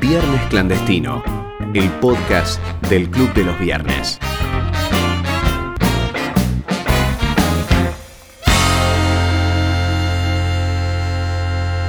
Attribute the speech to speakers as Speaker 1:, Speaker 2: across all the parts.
Speaker 1: Viernes Clandestino, el podcast del Club de los Viernes.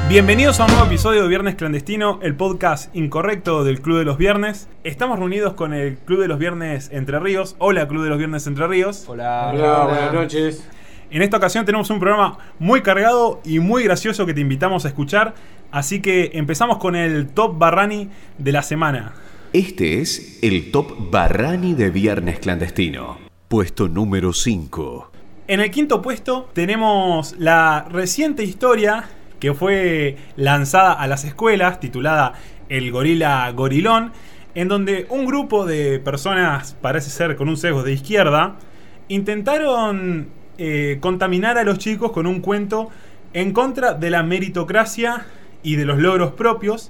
Speaker 2: Bienvenidos a un nuevo episodio de Viernes Clandestino, el podcast incorrecto del Club de los Viernes. Estamos reunidos con el Club de los Viernes Entre Ríos. Hola, Club de los Viernes Entre Ríos.
Speaker 3: Hola,
Speaker 4: Hola, buenas noches.
Speaker 2: En esta ocasión tenemos un programa muy cargado y muy gracioso que te invitamos a escuchar. Así que empezamos con el top Barrani de la semana.
Speaker 1: Este es el top Barrani de Viernes Clandestino, puesto número 5.
Speaker 2: En el quinto puesto tenemos la reciente historia que fue lanzada a las escuelas titulada El gorila gorilón, en donde un grupo de personas, parece ser con un sesgo de izquierda, intentaron eh, contaminar a los chicos con un cuento en contra de la meritocracia y de los logros propios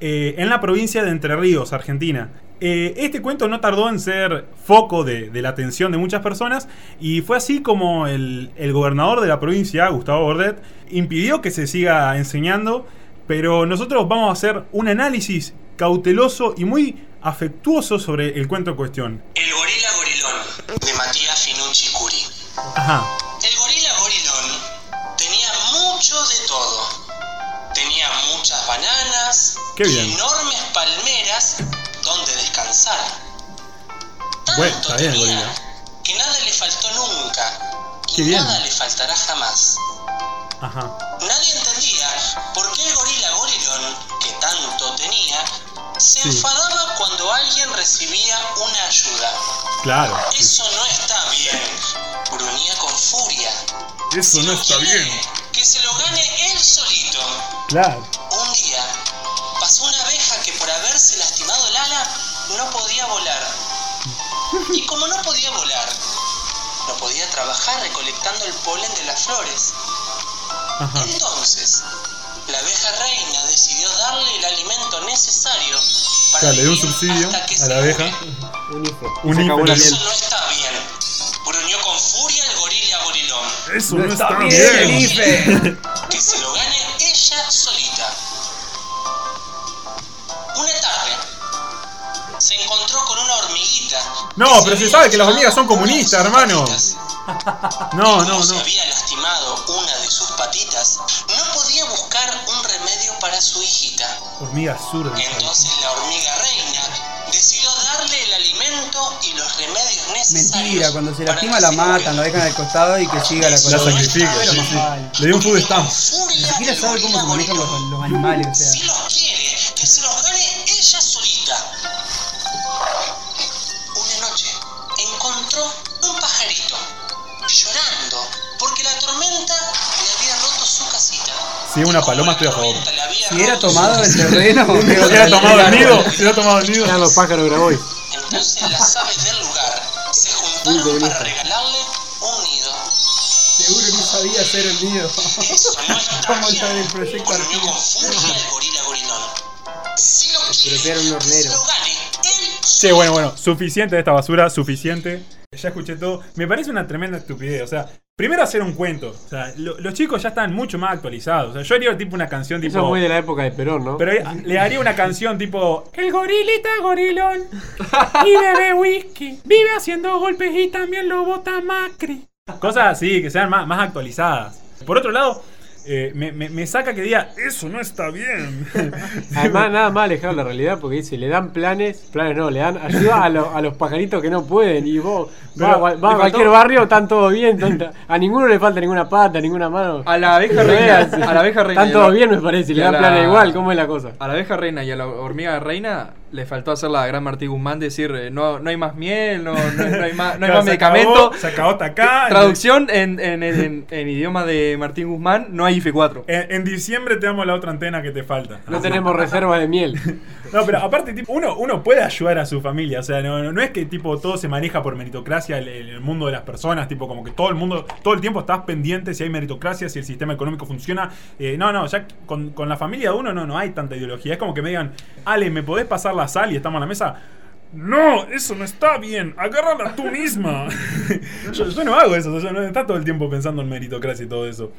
Speaker 2: eh, en la provincia de Entre Ríos, Argentina. Eh, este cuento no tardó en ser foco de, de la atención de muchas personas y fue así como el, el gobernador de la provincia, Gustavo Bordet, impidió que se siga enseñando, pero nosotros vamos a hacer un análisis cauteloso y muy afectuoso sobre el cuento en cuestión.
Speaker 5: El gorila gorilón de Matías Finucci Curi.
Speaker 2: Ajá,
Speaker 5: El gorila gorilón tenía mucho de todo. Tenía muchas bananas
Speaker 2: Qué bien.
Speaker 5: y enormes palmeras donde descansar. Tanto
Speaker 2: Bueno, está bien,
Speaker 5: tenía
Speaker 2: gorila.
Speaker 5: que nada le faltó nunca y
Speaker 2: Qué bien.
Speaker 5: nada le faltará jamás.
Speaker 2: ajá.
Speaker 5: Nadie entendía por qué el gorila gorilón, que tanto tenía, se
Speaker 2: Sí.
Speaker 5: enfadaba cuando alguien recibía una ayuda.
Speaker 2: Claro.
Speaker 5: Eso no está bien, gruñía con furia.
Speaker 2: Eso
Speaker 5: Si lo quiere, Que se lo gane él solito.
Speaker 2: Claro.
Speaker 5: Un día pasó una abeja que por haberse lastimado el ala no podía volar. Y como no podía volar, no podía trabajar recolectando el polen de las flores.
Speaker 2: Ajá.
Speaker 5: Entonces, la abeja reina decidió darle el alimento necesario para
Speaker 2: Claro, le dio un
Speaker 5: vivir
Speaker 2: subsidio
Speaker 5: hasta que
Speaker 2: a
Speaker 5: se
Speaker 2: la abeja.
Speaker 5: cure.
Speaker 2: Un
Speaker 4: Se acabó la
Speaker 2: hiper-
Speaker 4: miel.
Speaker 5: Eso no está bien. Gruñó con furia el gorila gorilón.
Speaker 2: Eso no, está,
Speaker 5: Que se lo gane ella solita. Una tarde se encontró con una hormiguita.
Speaker 2: No, pero se
Speaker 5: había
Speaker 2: sabe que las
Speaker 5: lastimado
Speaker 2: hormigas son
Speaker 5: una de
Speaker 2: comunistas,
Speaker 5: sus
Speaker 2: hermano.
Speaker 5: patitas.
Speaker 2: No,
Speaker 5: Como
Speaker 2: no,
Speaker 5: se
Speaker 2: no.
Speaker 5: había lastimado una de sus patitas, no podía buscar un remedio para su hijita.
Speaker 2: Hormiga zurda.
Speaker 5: Entonces la hormiga reina decidió darle el alimento y los remedios necesarios.
Speaker 3: Mentira, cuando se
Speaker 5: para
Speaker 3: lastima
Speaker 5: que
Speaker 3: la
Speaker 5: se
Speaker 3: matan, la
Speaker 5: cure.
Speaker 3: dejan al costado y que siga la
Speaker 2: La
Speaker 5: Eso no
Speaker 3: colonia.
Speaker 2: sacrifica,
Speaker 5: está
Speaker 2: sí,
Speaker 5: bien.
Speaker 2: sí. Le dio un food stamp.
Speaker 3: Ni
Speaker 5: Furia
Speaker 3: siquiera
Speaker 5: del
Speaker 3: sabe cómo
Speaker 5: gorila
Speaker 3: se manejan
Speaker 5: gorila.
Speaker 3: los, los animales, o
Speaker 5: Si
Speaker 3: sea.
Speaker 5: los quiere, que se los gane ella solita. Una noche encontró un pajarito llorando porque la tormenta le había roto su casita.
Speaker 2: Si es una paloma, estoy a favor.
Speaker 5: Tormenta le había
Speaker 3: Si era
Speaker 5: roto su
Speaker 3: tomado el terreno,
Speaker 2: Si
Speaker 3: era
Speaker 2: era tomado el nido, si era tomado el nido.
Speaker 4: Eran los pájaros Grabois.
Speaker 5: Entonces las aves del lugar se juntaron para regalarle un nido.
Speaker 3: Seguro no sabía hacer el nido.
Speaker 5: Eso no está
Speaker 3: ¿Cómo
Speaker 5: bien.
Speaker 3: está el proyecto
Speaker 5: Gruñó con furia el gorila gorilón. Si lo quiere,
Speaker 4: Estropearon un
Speaker 5: que se
Speaker 4: hornero.
Speaker 5: lo gane él
Speaker 2: Che, bueno, bueno, suficiente de esta basura, suficiente. Ya escuché todo. Me parece una tremenda estupidez. O sea, primero hacer un cuento. O sea, lo- los chicos ya están mucho más actualizados. O sea, yo haría tipo una canción tipo.
Speaker 4: Eso es muy de la época de Perón, ¿no?
Speaker 2: Pero le haría una canción tipo El gorilita gorilón Y bebe whisky Vive haciendo golpes y también lo vota Macri Cosas así, que sean más, más actualizadas Por otro lado, eh, me, me- me saca que diga Eso no está bien
Speaker 4: Además, nada más alejado de la realidad porque dice, le dan planes, planes no, le dan ayuda a, lo- a los pajaritos que no pueden. Y vos,
Speaker 2: Pero,
Speaker 4: va, a- va
Speaker 2: le
Speaker 4: a
Speaker 2: faltó-
Speaker 4: cualquier barrio, están todos bien. están- a ninguno le falta ninguna pata, ninguna mano.
Speaker 6: A la abeja reina.
Speaker 4: Vean, sí.
Speaker 6: A la abeja reina.
Speaker 4: Están todos bien, me parece. Le
Speaker 6: y a
Speaker 4: dan planes
Speaker 6: la-
Speaker 4: igual, ¿cómo es la cosa?
Speaker 6: A la abeja reina y a la hormiga reina le faltó hacer la gran Martí Guzmán decir eh, no, no hay más miel, no, no- no hay más, no hay
Speaker 2: Claro,
Speaker 6: más
Speaker 2: se
Speaker 6: medicamento.
Speaker 2: acabó, Se acabó hasta acá
Speaker 6: Traducción en, en, en- en idioma de Martín Guzmán, no hay IF4.
Speaker 2: en, en diciembre te damos la otra antena que te falta
Speaker 4: No tenemos reservas de miel.
Speaker 2: No, pero aparte, tipo, uno, uno puede ayudar a su familia. O sea, no, no- no es que tipo todo se maneja por meritocracia el, el- el mundo de las personas, tipo, como que todo el mundo, todo el tiempo estás pendiente si hay meritocracia, si el sistema económico funciona. Eh, no, no, ya con, con la familia de uno no, no hay tanta ideología. Es como que me digan, Ale, ¿me podés pasar la sal y estamos a la mesa? No, eso no está bien. Agárrala tú misma. yo, yo no hago eso. o sea, no está todo el tiempo pensando en meritocracia y todo eso.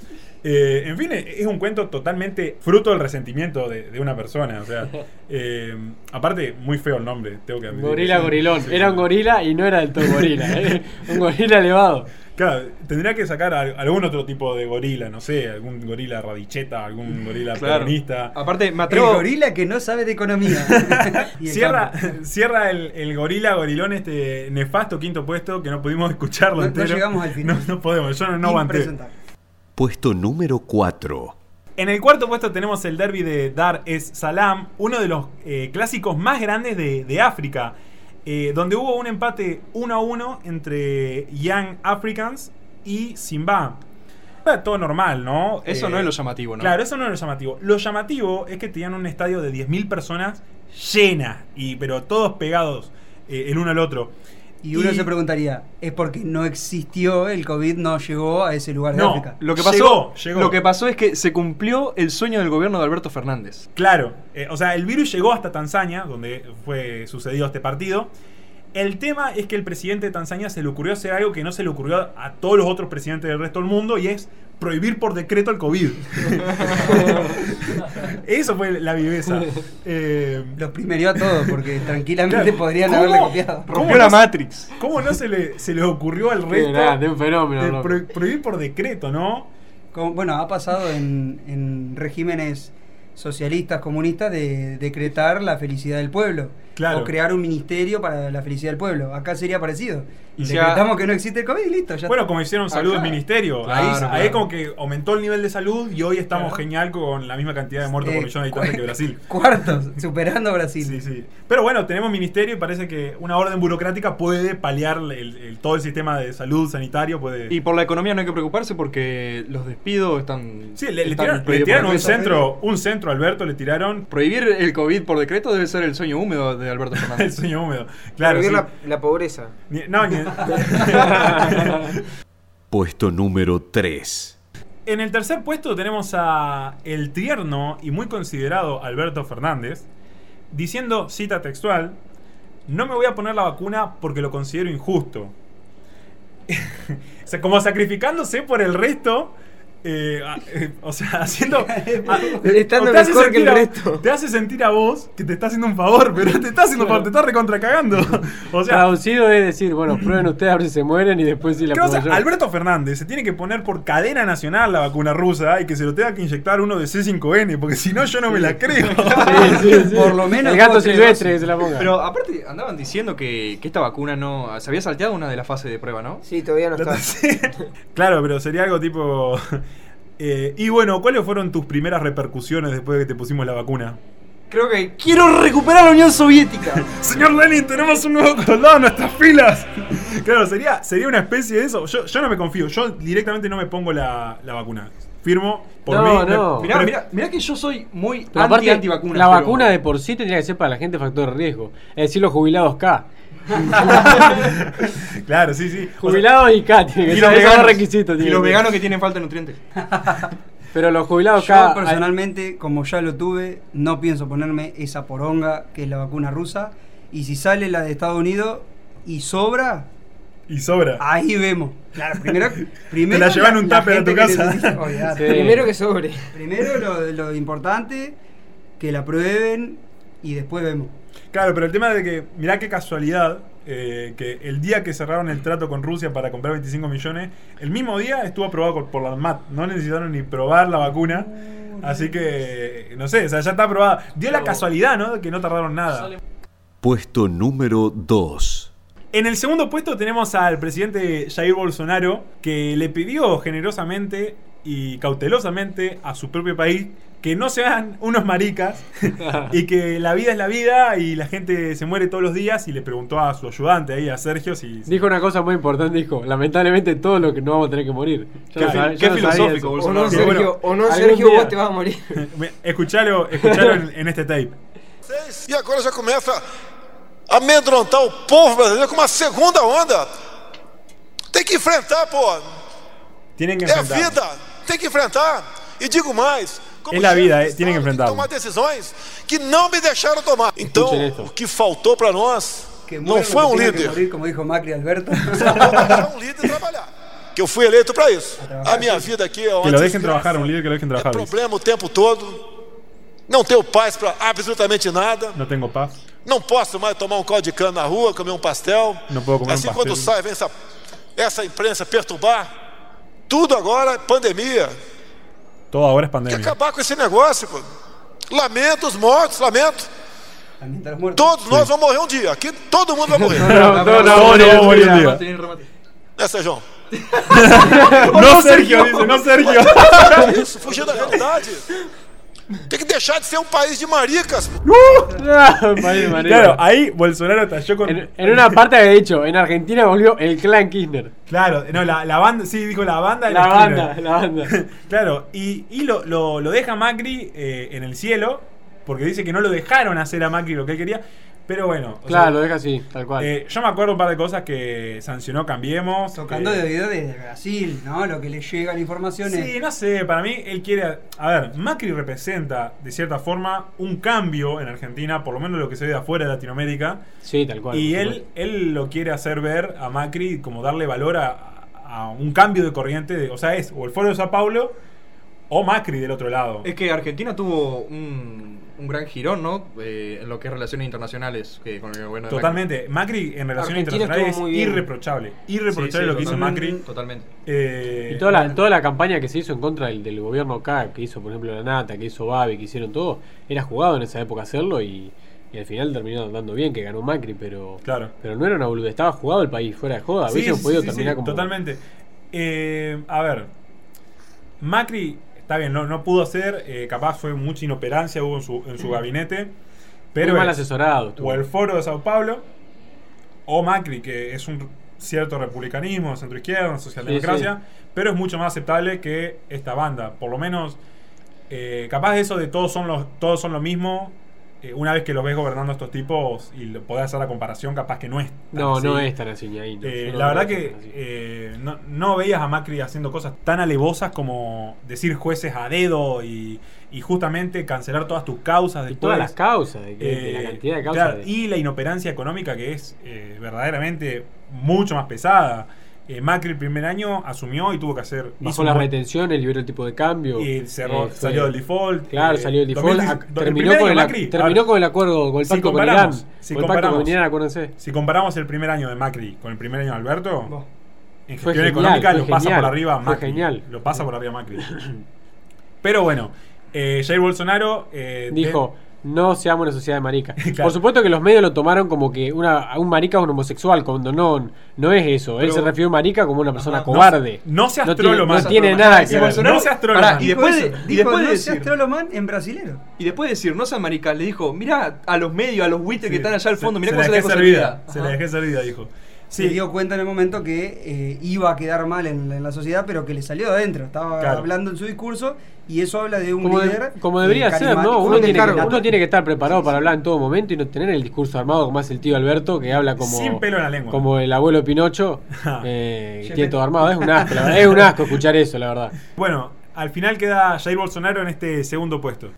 Speaker 2: Eh, en fin, es un cuento totalmente fruto del resentimiento de, de una persona. O sea, eh, aparte, muy feo el nombre, tengo que admitir.
Speaker 4: Gorila
Speaker 2: Sí,
Speaker 4: gorilón.
Speaker 2: sí,
Speaker 4: Era
Speaker 2: sí.
Speaker 4: un gorila y no era del todo gorila. ¿eh? Un gorila elevado.
Speaker 2: Claro, tendría que sacar al- algún otro tipo de gorila, no sé, algún gorila radicheta, algún gorila
Speaker 6: Claro.
Speaker 2: peronista.
Speaker 4: Ah,
Speaker 6: Aparte, me
Speaker 3: El
Speaker 6: atrevo.
Speaker 3: gorila que no sabe de economía. Y el
Speaker 2: Cierra,
Speaker 3: campo.
Speaker 2: cierra el, el gorila gorilón este nefasto quinto puesto que no pudimos escucharlo
Speaker 3: No- no
Speaker 2: entero.
Speaker 3: llegamos al final.
Speaker 2: No, no podemos, yo no, no aguanté.
Speaker 3: Impresentable.
Speaker 1: Puesto número 4.
Speaker 2: En el cuarto puesto tenemos el derby de Dar es Salam, uno de los eh, clásicos más grandes de, de África, eh, donde hubo un empate 1 a 1 entre Young Africans y Simba. Era Todo normal, ¿no?
Speaker 6: Eso
Speaker 2: Eh,
Speaker 6: no es lo llamativo, ¿no?
Speaker 2: Claro, eso no es lo llamativo. Lo llamativo es que tenían un estadio de 10.000 personas llena, y, pero todos pegados eh, el uno al otro.
Speaker 3: Y uno
Speaker 2: Y-
Speaker 3: se preguntaría, ¿es porque no existió el COVID, no llegó a ese lugar de
Speaker 2: No.
Speaker 3: África?
Speaker 6: Lo que pasó,
Speaker 2: Llegó, llegó.
Speaker 6: Lo que pasó es que se cumplió el sueño del gobierno de Alberto Fernández.
Speaker 2: Claro, eh, o sea, el virus llegó hasta Tanzania, donde fue sucedido este partido. El tema es que el presidente de Tanzania se le ocurrió hacer algo que no se le ocurrió a todos los otros presidentes del resto del mundo y es prohibir por decreto el COVID. Eso fue la viveza. Eh,
Speaker 3: Los primerió a todos, porque tranquilamente
Speaker 2: Claro.
Speaker 3: podrían
Speaker 2: ¿Cómo?
Speaker 3: haberle copiado.
Speaker 2: ¿Cómo
Speaker 6: Rompió la
Speaker 2: no se-
Speaker 6: Matrix.
Speaker 2: ¿Cómo no se le, se le ocurrió al
Speaker 4: Qué grande,
Speaker 2: resto
Speaker 4: un fenómeno.
Speaker 2: de
Speaker 4: loco.
Speaker 2: pro- prohibir por decreto, no?
Speaker 3: Como- bueno, ha pasado en, en regímenes socialistas, comunistas, de decretar la felicidad del pueblo.
Speaker 2: Claro.
Speaker 3: O crear un ministerio para la felicidad del pueblo. Acá sería parecido.
Speaker 6: Y ya-
Speaker 3: Decretamos que no existe el COVID y listo. Ya
Speaker 2: Bueno,
Speaker 3: está.
Speaker 2: como hicieron salud
Speaker 6: Acá.
Speaker 2: en ministerio,
Speaker 6: Claro,
Speaker 2: ahí,
Speaker 6: claro.
Speaker 2: ahí como que aumentó el nivel de salud y hoy estamos
Speaker 6: Claro.
Speaker 2: genial con la misma cantidad de muertos por
Speaker 3: Eh,
Speaker 2: millón de habitantes que Brasil.
Speaker 3: Cuartos, superando a Brasil.
Speaker 2: Sí, sí. Pero bueno, tenemos ministerio y parece que una orden burocrática puede paliar el- el- todo el sistema de salud sanitario. Puede...
Speaker 6: Y por la economía no hay que preocuparse porque los despidos están.
Speaker 2: sí, le, le
Speaker 6: están
Speaker 2: tiraron, le
Speaker 6: prohibidos por
Speaker 2: tiraron un
Speaker 6: decreto.
Speaker 2: centro, un centro, Alberto, le tiraron
Speaker 6: Prohibir el COVID por decreto debe ser el sueño húmedo de Alberto
Speaker 2: el
Speaker 6: Fernández.
Speaker 2: sueño húmedo. Claro.
Speaker 7: Prohibir
Speaker 2: sí.
Speaker 7: la, la pobreza.
Speaker 2: Ni- no, ni-
Speaker 1: Puesto número 3.
Speaker 2: En el tercer puesto tenemos a el tierno y muy considerado Alberto Fernández diciendo, cita textual, no me voy a poner la vacuna porque lo considero injusto. o sea, como sacrificándose por el resto, eh, a- eh, o sea, haciendo... a-
Speaker 7: Estando
Speaker 2: o te hace
Speaker 7: mejor que el
Speaker 2: sentir a-
Speaker 7: resto.
Speaker 2: Te hace sentir a vos que te está haciendo un favor, pero te está haciendo un favor, te está recontracagando. O sea,
Speaker 4: Traducido es decir, bueno, prueben ustedes a ver si se mueren y después si la
Speaker 2: Claro, o sea,
Speaker 4: pruebo yo.
Speaker 2: Alberto Fernández se tiene que poner por cadena nacional la vacuna rusa y que se lo tenga que inyectar uno de C5N, porque si no, yo no me la creo.
Speaker 4: Sí, sí, sí.
Speaker 3: Por lo menos
Speaker 4: El gato
Speaker 3: dos, tres
Speaker 4: silvestre
Speaker 3: dosis.
Speaker 4: que se la ponga.
Speaker 6: Pero aparte andaban diciendo que, que esta vacuna no. Se había salteado una de las fases de prueba, ¿no?
Speaker 7: Sí, todavía no está.
Speaker 2: claro, pero sería algo tipo. eh, y bueno, ¿cuáles fueron tus primeras repercusiones después de que te pusimos la vacuna?
Speaker 7: Creo que quiero recuperar la Unión Soviética.
Speaker 2: Señor Lenin, tenemos un nuevo soldado en nuestras filas. Claro, sería, sería una especie de eso. Yo, yo no me confío, yo directamente no me pongo la, la vacuna. Firmo por
Speaker 4: No,
Speaker 2: mí.
Speaker 4: no.
Speaker 6: Mirá,
Speaker 2: Pero-
Speaker 6: mirá, mirá que yo soy muy
Speaker 4: Pero aparte,
Speaker 6: anti vacuna
Speaker 4: la vacuna de por sí tendría que ser para la gente factor de riesgo. Es decir, los jubilados K.
Speaker 2: Claro, sí, sí. O sea,
Speaker 4: Jubilados y K tiene que
Speaker 6: Y
Speaker 4: ser.
Speaker 6: los,
Speaker 4: esos dos
Speaker 6: veganos,
Speaker 4: requisitos
Speaker 6: y
Speaker 4: tienen
Speaker 6: los
Speaker 4: que-
Speaker 6: veganos que tienen falta de nutrientes.
Speaker 4: Pero los jubilados K.
Speaker 3: Yo personalmente, como ya lo tuve, no pienso ponerme esa poronga que es la vacuna rusa. Y si sale la de Estados Unidos y sobra,
Speaker 2: Y sobra.
Speaker 3: ahí vemos. Claro, primero, primero
Speaker 2: la llevan un tupper a
Speaker 3: gente
Speaker 2: tu
Speaker 3: que
Speaker 2: casa.
Speaker 3: necesita- olvidate.
Speaker 4: Sí.
Speaker 7: Primero que sobre.
Speaker 3: Primero lo, lo importante, que la prueben y después vemos.
Speaker 2: Claro, pero el tema de que, mirá qué casualidad, eh, que el día que cerraron el trato con Rusia para comprar 25 millones, el mismo día estuvo aprobado por, por la ANMAT. No necesitaron ni probar la vacuna. Así que, no sé, o sea, ya está aprobada. Dio la casualidad, ¿no? De que no tardaron nada.
Speaker 1: Puesto número 2.
Speaker 2: En el segundo puesto tenemos al presidente Jair Bolsonaro, que le pidió generosamente y cautelosamente a su propio país que no sean unos maricas y que la vida es la vida y la gente se muere todos los días y le preguntó a su ayudante ahí, a Sergio, si... si-
Speaker 4: Dijo una cosa muy importante, dijo, lamentablemente todos los que no vamos a tener que morir. Yo
Speaker 2: Qué
Speaker 4: no
Speaker 2: fi-
Speaker 4: sab- yo
Speaker 6: qué
Speaker 4: no sabía
Speaker 6: filosófico,
Speaker 4: eso.
Speaker 7: O
Speaker 6: Bolsonaro.
Speaker 7: no,
Speaker 2: Sí,
Speaker 7: Sergio,
Speaker 2: bueno,
Speaker 7: o no,
Speaker 2: algún
Speaker 7: Sergio
Speaker 2: día.
Speaker 7: vos te vas a morir.
Speaker 2: Escuchalo, escuchalo en, en este tape.
Speaker 8: E agora já começa a amedrontar o povo brasileiro com uma segunda onda. Tem que enfrentar, pô.
Speaker 2: Tienen que
Speaker 8: É a
Speaker 2: enfrentar.
Speaker 8: vida. Tem que enfrentar. E digo mais.
Speaker 2: É a vida,
Speaker 8: chefe
Speaker 2: é, tem
Speaker 8: de
Speaker 2: que
Speaker 8: Estado,
Speaker 2: enfrentar.
Speaker 8: tomar decisões que não me deixaram tomar. Então,
Speaker 4: Escute isso.
Speaker 8: o que faltou para nós
Speaker 3: Que
Speaker 8: Não
Speaker 3: mueran
Speaker 8: foi
Speaker 3: los
Speaker 8: um
Speaker 3: que tengan que
Speaker 8: líder.
Speaker 3: morir, como dijo Macri Alberto.
Speaker 8: Deixar um líder trabalhar. Que eu fui eleito para isso. A minha vida aqui é uma
Speaker 2: Que lo dejen
Speaker 8: desgraça.
Speaker 2: trabajar, un líder que lo dejen
Speaker 8: É
Speaker 2: trabajar. dice.
Speaker 8: problema o tempo todo. Não tenho paz para absolutamente nada.
Speaker 2: No tengo paz.
Speaker 8: Não posso mais tomar um caldo de cana na rua, comer um pastel.
Speaker 2: Não pode comer um
Speaker 8: assim
Speaker 2: pastel.
Speaker 8: quando sai, vem essa, essa imprensa perturbar. Tudo agora é pandemia.
Speaker 2: Todo ahora es
Speaker 8: Tem que
Speaker 2: pandemia.
Speaker 8: acabar com esse negócio, pô. Lamento os mortos, lamento.
Speaker 3: También están muertos.
Speaker 8: Todos nós vamos morrer um dia. Aqui todo mundo vai morrer.
Speaker 4: No, no, no,
Speaker 2: Todo
Speaker 4: no,
Speaker 2: hoy en día.
Speaker 6: Remate, remate.
Speaker 8: Né, Sérgio?
Speaker 2: No Sergio, dice, no Sergio.
Speaker 8: Isso, fugir da realidade. Tem que deixar de ser um país de maricas. pô.
Speaker 4: Madre, madre.
Speaker 2: Claro, ahí Bolsonaro estalló con.
Speaker 4: En, en una parte había dicho, en Argentina volvió el clan Kirchner.
Speaker 2: Claro, no, la, la banda, sí, dijo la banda. de
Speaker 4: La
Speaker 2: esquina.
Speaker 4: banda, la banda.
Speaker 2: Claro, y, y lo, lo- lo deja Macri eh, en el cielo, porque dice que no lo dejaron hacer a Macri lo que él quería. Pero bueno, o
Speaker 4: Claro,
Speaker 2: sea,
Speaker 4: lo deja así, tal cual.
Speaker 2: eh, yo me acuerdo un par de cosas que sancionó Cambiemos.
Speaker 3: Tocando
Speaker 2: eh,
Speaker 3: de oído desde Brasil, ¿no? Lo que le llega la información es.
Speaker 2: Sí, no sé, para mí él quiere. A ver, Macri representa, de cierta forma, un cambio en Argentina, por lo menos lo que se ve de afuera de Latinoamérica.
Speaker 4: sí, tal cual.
Speaker 2: y
Speaker 4: por
Speaker 2: él,
Speaker 4: supuesto.
Speaker 2: él lo quiere hacer ver a Macri como darle valor a, a un cambio de corriente. de- o sea, es o el Foro de Sao Paulo o Macri del otro lado.
Speaker 6: Es que Argentina tuvo un, un gran girón, ¿no? Eh, en lo que es relaciones internacionales que con el gobierno de Macri.
Speaker 2: Totalmente. Macri en relación
Speaker 7: Argentina
Speaker 2: internacional es
Speaker 7: estuvo muy bien.
Speaker 2: irreprochable.
Speaker 6: Sí,
Speaker 2: Irreprochable
Speaker 6: sí,
Speaker 2: lo que hizo
Speaker 6: totalmente,
Speaker 2: Macri.
Speaker 6: Totalmente.
Speaker 2: Eh,
Speaker 4: Y toda la, toda la campaña que se hizo en contra del, del gobierno acá, que hizo por ejemplo la Nata, que hizo Babi, que hicieron todo, era jugado en esa época hacerlo y, y al final terminó andando bien, que ganó Macri, pero
Speaker 2: Claro.
Speaker 4: pero no era una boluda, estaba jugado el país fuera de joda,
Speaker 2: Sí,
Speaker 4: hubiesen
Speaker 2: sí,
Speaker 4: podido
Speaker 2: sí, sí,
Speaker 4: terminar como...
Speaker 2: Totalmente. Eh, a ver, Macri, está bien, no, no pudo hacer, eh, capaz fue mucha inoperancia hubo en su, en su gabinete,
Speaker 4: Pero
Speaker 2: pero
Speaker 4: mal
Speaker 2: es
Speaker 4: asesorado. estuvo.
Speaker 2: o el Foro de Sao Paulo, o Macri, que es un cierto republicanismo, centroizquierda, socialdemocracia, pero es mucho más aceptable que esta banda, por lo menos, eh, capaz de eso de todos son, los, todos son lo mismo. eh, Una vez que los ves gobernando a estos tipos y lo- podés hacer la comparación, capaz que no es. tan
Speaker 4: No, no
Speaker 2: así.
Speaker 4: es tan así, Ñaín, no,
Speaker 2: Eh,
Speaker 4: yo no
Speaker 2: la
Speaker 4: creo
Speaker 2: verdad
Speaker 4: sea
Speaker 2: que
Speaker 4: tan así.
Speaker 2: eh, no, no veías a Macri haciendo cosas tan alevosas como decir jueces a dedo y, y justamente cancelar todas tus causas
Speaker 4: Y
Speaker 2: después.
Speaker 4: todas las causas, de, que- de
Speaker 2: Eh,
Speaker 4: la cantidad de causas.
Speaker 2: claro,
Speaker 4: de-
Speaker 2: Y la inoperancia económica que es eh, verdaderamente mucho más pesada. Eh, Macri el primer año asumió y tuvo que hacer... hizo
Speaker 4: Bajó
Speaker 2: un
Speaker 4: las
Speaker 2: buen-
Speaker 4: retenciones, liberó el tipo de cambio.
Speaker 2: Y cerró-
Speaker 4: eh, fue-
Speaker 2: salió del default.
Speaker 4: Claro,
Speaker 2: eh,
Speaker 4: salió del default.
Speaker 2: 2010
Speaker 4: ah,
Speaker 2: el
Speaker 4: terminó
Speaker 2: primer
Speaker 4: con
Speaker 2: año
Speaker 4: el, ac-
Speaker 2: Macri, a
Speaker 4: terminó
Speaker 2: ver,
Speaker 4: con el acuerdo, con el
Speaker 2: si
Speaker 4: pacto con Irán.
Speaker 2: comparamos, si
Speaker 4: con el pacto con
Speaker 2: comparamos.
Speaker 4: Irán, acuérdense.
Speaker 2: Si comparamos el primer año de Macri con el primer año de Alberto,
Speaker 3: Vos.
Speaker 2: en
Speaker 4: Fue
Speaker 2: gestión
Speaker 4: genial,
Speaker 2: económica
Speaker 4: fue
Speaker 2: lo pasa
Speaker 4: genial,
Speaker 2: por arriba a
Speaker 4: fue
Speaker 2: Macri.
Speaker 4: genial.
Speaker 2: Lo pasa por arriba a Macri. Pero bueno, eh, Jair Bolsonaro eh,
Speaker 4: Dijo, no seamos una sociedad de marica.
Speaker 2: Claro.
Speaker 4: Por supuesto que los medios lo tomaron como que una, un marica es un homosexual, cuando no, no es eso. Él
Speaker 6: Pero-
Speaker 4: se refirió a marica como una persona
Speaker 6: Ajá.
Speaker 2: de-
Speaker 4: cobarde.
Speaker 2: No, no seas
Speaker 4: No tiene-
Speaker 2: trolo, man.
Speaker 4: no tiene nada que
Speaker 2: Y
Speaker 4: ver.
Speaker 2: Bolsonaro- No seas trolo,
Speaker 6: Pará,
Speaker 2: man.
Speaker 6: y después de-
Speaker 3: Ah, Dijo-
Speaker 6: y
Speaker 3: dijo,
Speaker 6: después de
Speaker 3: no seas
Speaker 6: decir-
Speaker 3: trolomán en brasilero.
Speaker 6: Y después de decir, no sean maricas, le dijo, mira a los medios, a los buitres
Speaker 2: Sí,
Speaker 6: que están allá al
Speaker 2: se-
Speaker 6: fondo, mira
Speaker 2: se
Speaker 6: cómo
Speaker 2: la
Speaker 6: se
Speaker 2: dejé
Speaker 6: les
Speaker 2: servida. Se la dejé servida, dijo.
Speaker 3: Se
Speaker 2: Sí,
Speaker 3: dio cuenta en el momento que eh, iba a quedar mal en, en la sociedad, pero que le salió de adentro. Estaba
Speaker 2: Claro.
Speaker 3: hablando en su discurso y eso habla de un
Speaker 4: Como, de-
Speaker 3: líder.
Speaker 4: como debería
Speaker 3: eh,
Speaker 4: ser,
Speaker 3: carismático.
Speaker 4: ¿no?
Speaker 3: Fue
Speaker 4: Uno
Speaker 3: un
Speaker 4: tiene, que,
Speaker 3: descargo.
Speaker 4: uno tiene que estar preparado para hablar en todo momento y no tener el discurso armado como hace el tío Alberto, que habla como,
Speaker 2: Sin pelo en la lengua.
Speaker 4: como el abuelo Pinocho, eh, que tiene
Speaker 3: Gepetto.
Speaker 4: todo armado. Es un asco, la verdad, es un asco escuchar eso, la verdad.
Speaker 2: bueno, al final queda Jair Bolsonaro en este segundo puesto.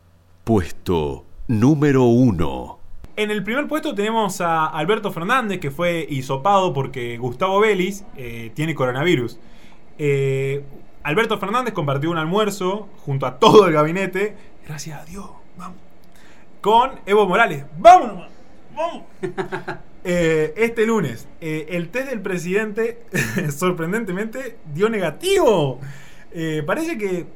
Speaker 1: Puesto número 1.
Speaker 2: En el primer puesto tenemos a Alberto Fernández, que fue hisopado porque Gustavo Vélez eh, tiene coronavirus. Eh, Alberto Fernández compartió un almuerzo junto a todo el gabinete. Gracias a Dios, vamos. Con Evo Morales. ¡Vámonos! man! ¡Vamos! Eh, este lunes, eh, el test del presidente sorprendentemente dio negativo. Eh, parece que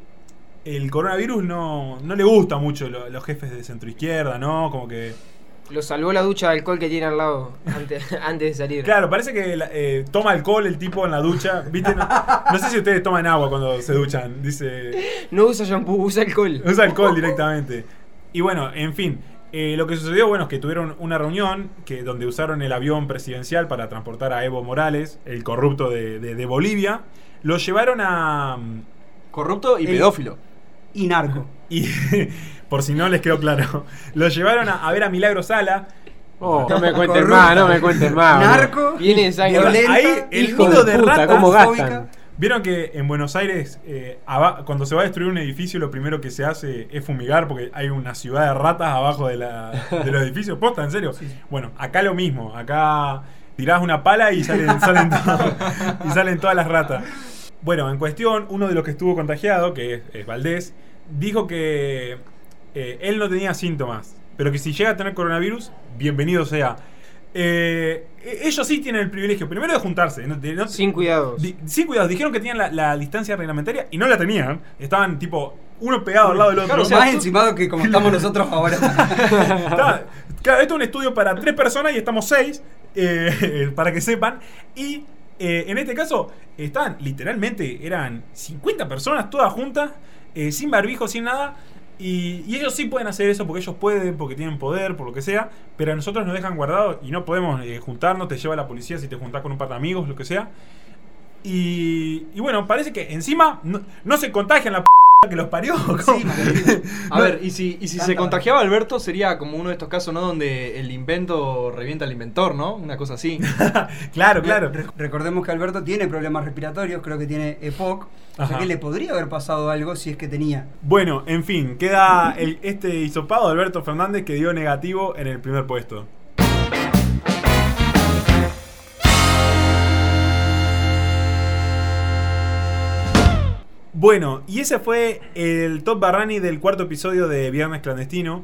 Speaker 2: el coronavirus no, no le gusta mucho lo- los jefes de centro izquierda, ¿no? Como que.
Speaker 7: Lo salvó la ducha de alcohol que tiene al lado antes, antes de salir.
Speaker 2: Claro, parece que la- eh, toma alcohol el tipo en la ducha. ¿Viste? No, no sé si ustedes toman agua cuando se duchan. Dice.
Speaker 7: No usa shampoo, usa alcohol.
Speaker 2: Usa alcohol directamente. Y bueno, en fin. eh, lo que sucedió, bueno, es que tuvieron una reunión que, donde usaron el avión presidencial para transportar a Evo Morales, el corrupto de, de- de Bolivia. Lo llevaron a.
Speaker 6: Corrupto y
Speaker 3: Eh,
Speaker 6: pedófilo.
Speaker 3: Y narco.
Speaker 2: Y por si no les quedó claro. Lo llevaron a, a ver a Milagro Sala.
Speaker 4: Oh, no me cuentes
Speaker 3: Corrupta.
Speaker 4: más, no me cuentes más. boludo.
Speaker 3: Narco.
Speaker 7: Viene de sangre.
Speaker 3: Violenta.
Speaker 2: Ahí el
Speaker 3: hijo
Speaker 2: nido
Speaker 4: de
Speaker 2: de,
Speaker 4: puta,
Speaker 2: ratas.
Speaker 4: ¿cómo gastan?
Speaker 3: fóbica.
Speaker 2: Vieron que en Buenos Aires, eh, aba- cuando se va a destruir un edificio, lo primero que se hace es fumigar porque hay una ciudad de ratas abajo de, la- de los edificios. ¿Posta, en serio? Bueno, acá lo mismo. Acá tirás una pala y salen, salen to- y salen todas las ratas. Bueno, en cuestión, uno de los que estuvo contagiado, que es, es Valdés, dijo que eh, él no tenía síntomas, pero que si llega a tener coronavirus, bienvenido sea. Eh, e- ellos sí tienen el privilegio, primero de juntarse, no, de- no-
Speaker 7: Sin cuidados.
Speaker 2: Di- sí, cuidado, dijeron que tenían la, la distancia reglamentaria y no la tenían. Estaban tipo uno pegado al lado del otro.
Speaker 3: Más encimado que como estamos nosotros ahora.
Speaker 2: Está- claro, esto es un estudio para tres personas y estamos seis, eh, para que sepan. Y eh, en este caso, estaban literalmente, eran 50 personas todas juntas, eh, sin barbijo, sin nada. Y, y ellos sí pueden hacer eso porque ellos pueden, porque tienen poder, por lo que sea. Pero a nosotros nos dejan guardados y no podemos eh, juntarnos. Te lleva la policía si te juntás con un par de amigos, lo que sea. Y, y bueno, parece que encima no, no se contagian la p que los parió. ¿cómo?
Speaker 6: A ver, y si, y si se contagiaba Alberto, sería como uno de estos casos, ¿no? Donde el invento revienta al inventor, ¿no? Una cosa así.
Speaker 2: claro, claro.
Speaker 3: Re- Recordemos que Alberto tiene problemas respiratorios, creo que tiene EPOC. O
Speaker 2: Ajá.
Speaker 3: sea que le podría haber pasado algo si es que tenía.
Speaker 2: Bueno, en fin, queda el- este hisopado de Alberto Fernández que dio negativo en el primer puesto. Bueno, y ese fue el top barrani del cuarto episodio de Viernes Clandestino.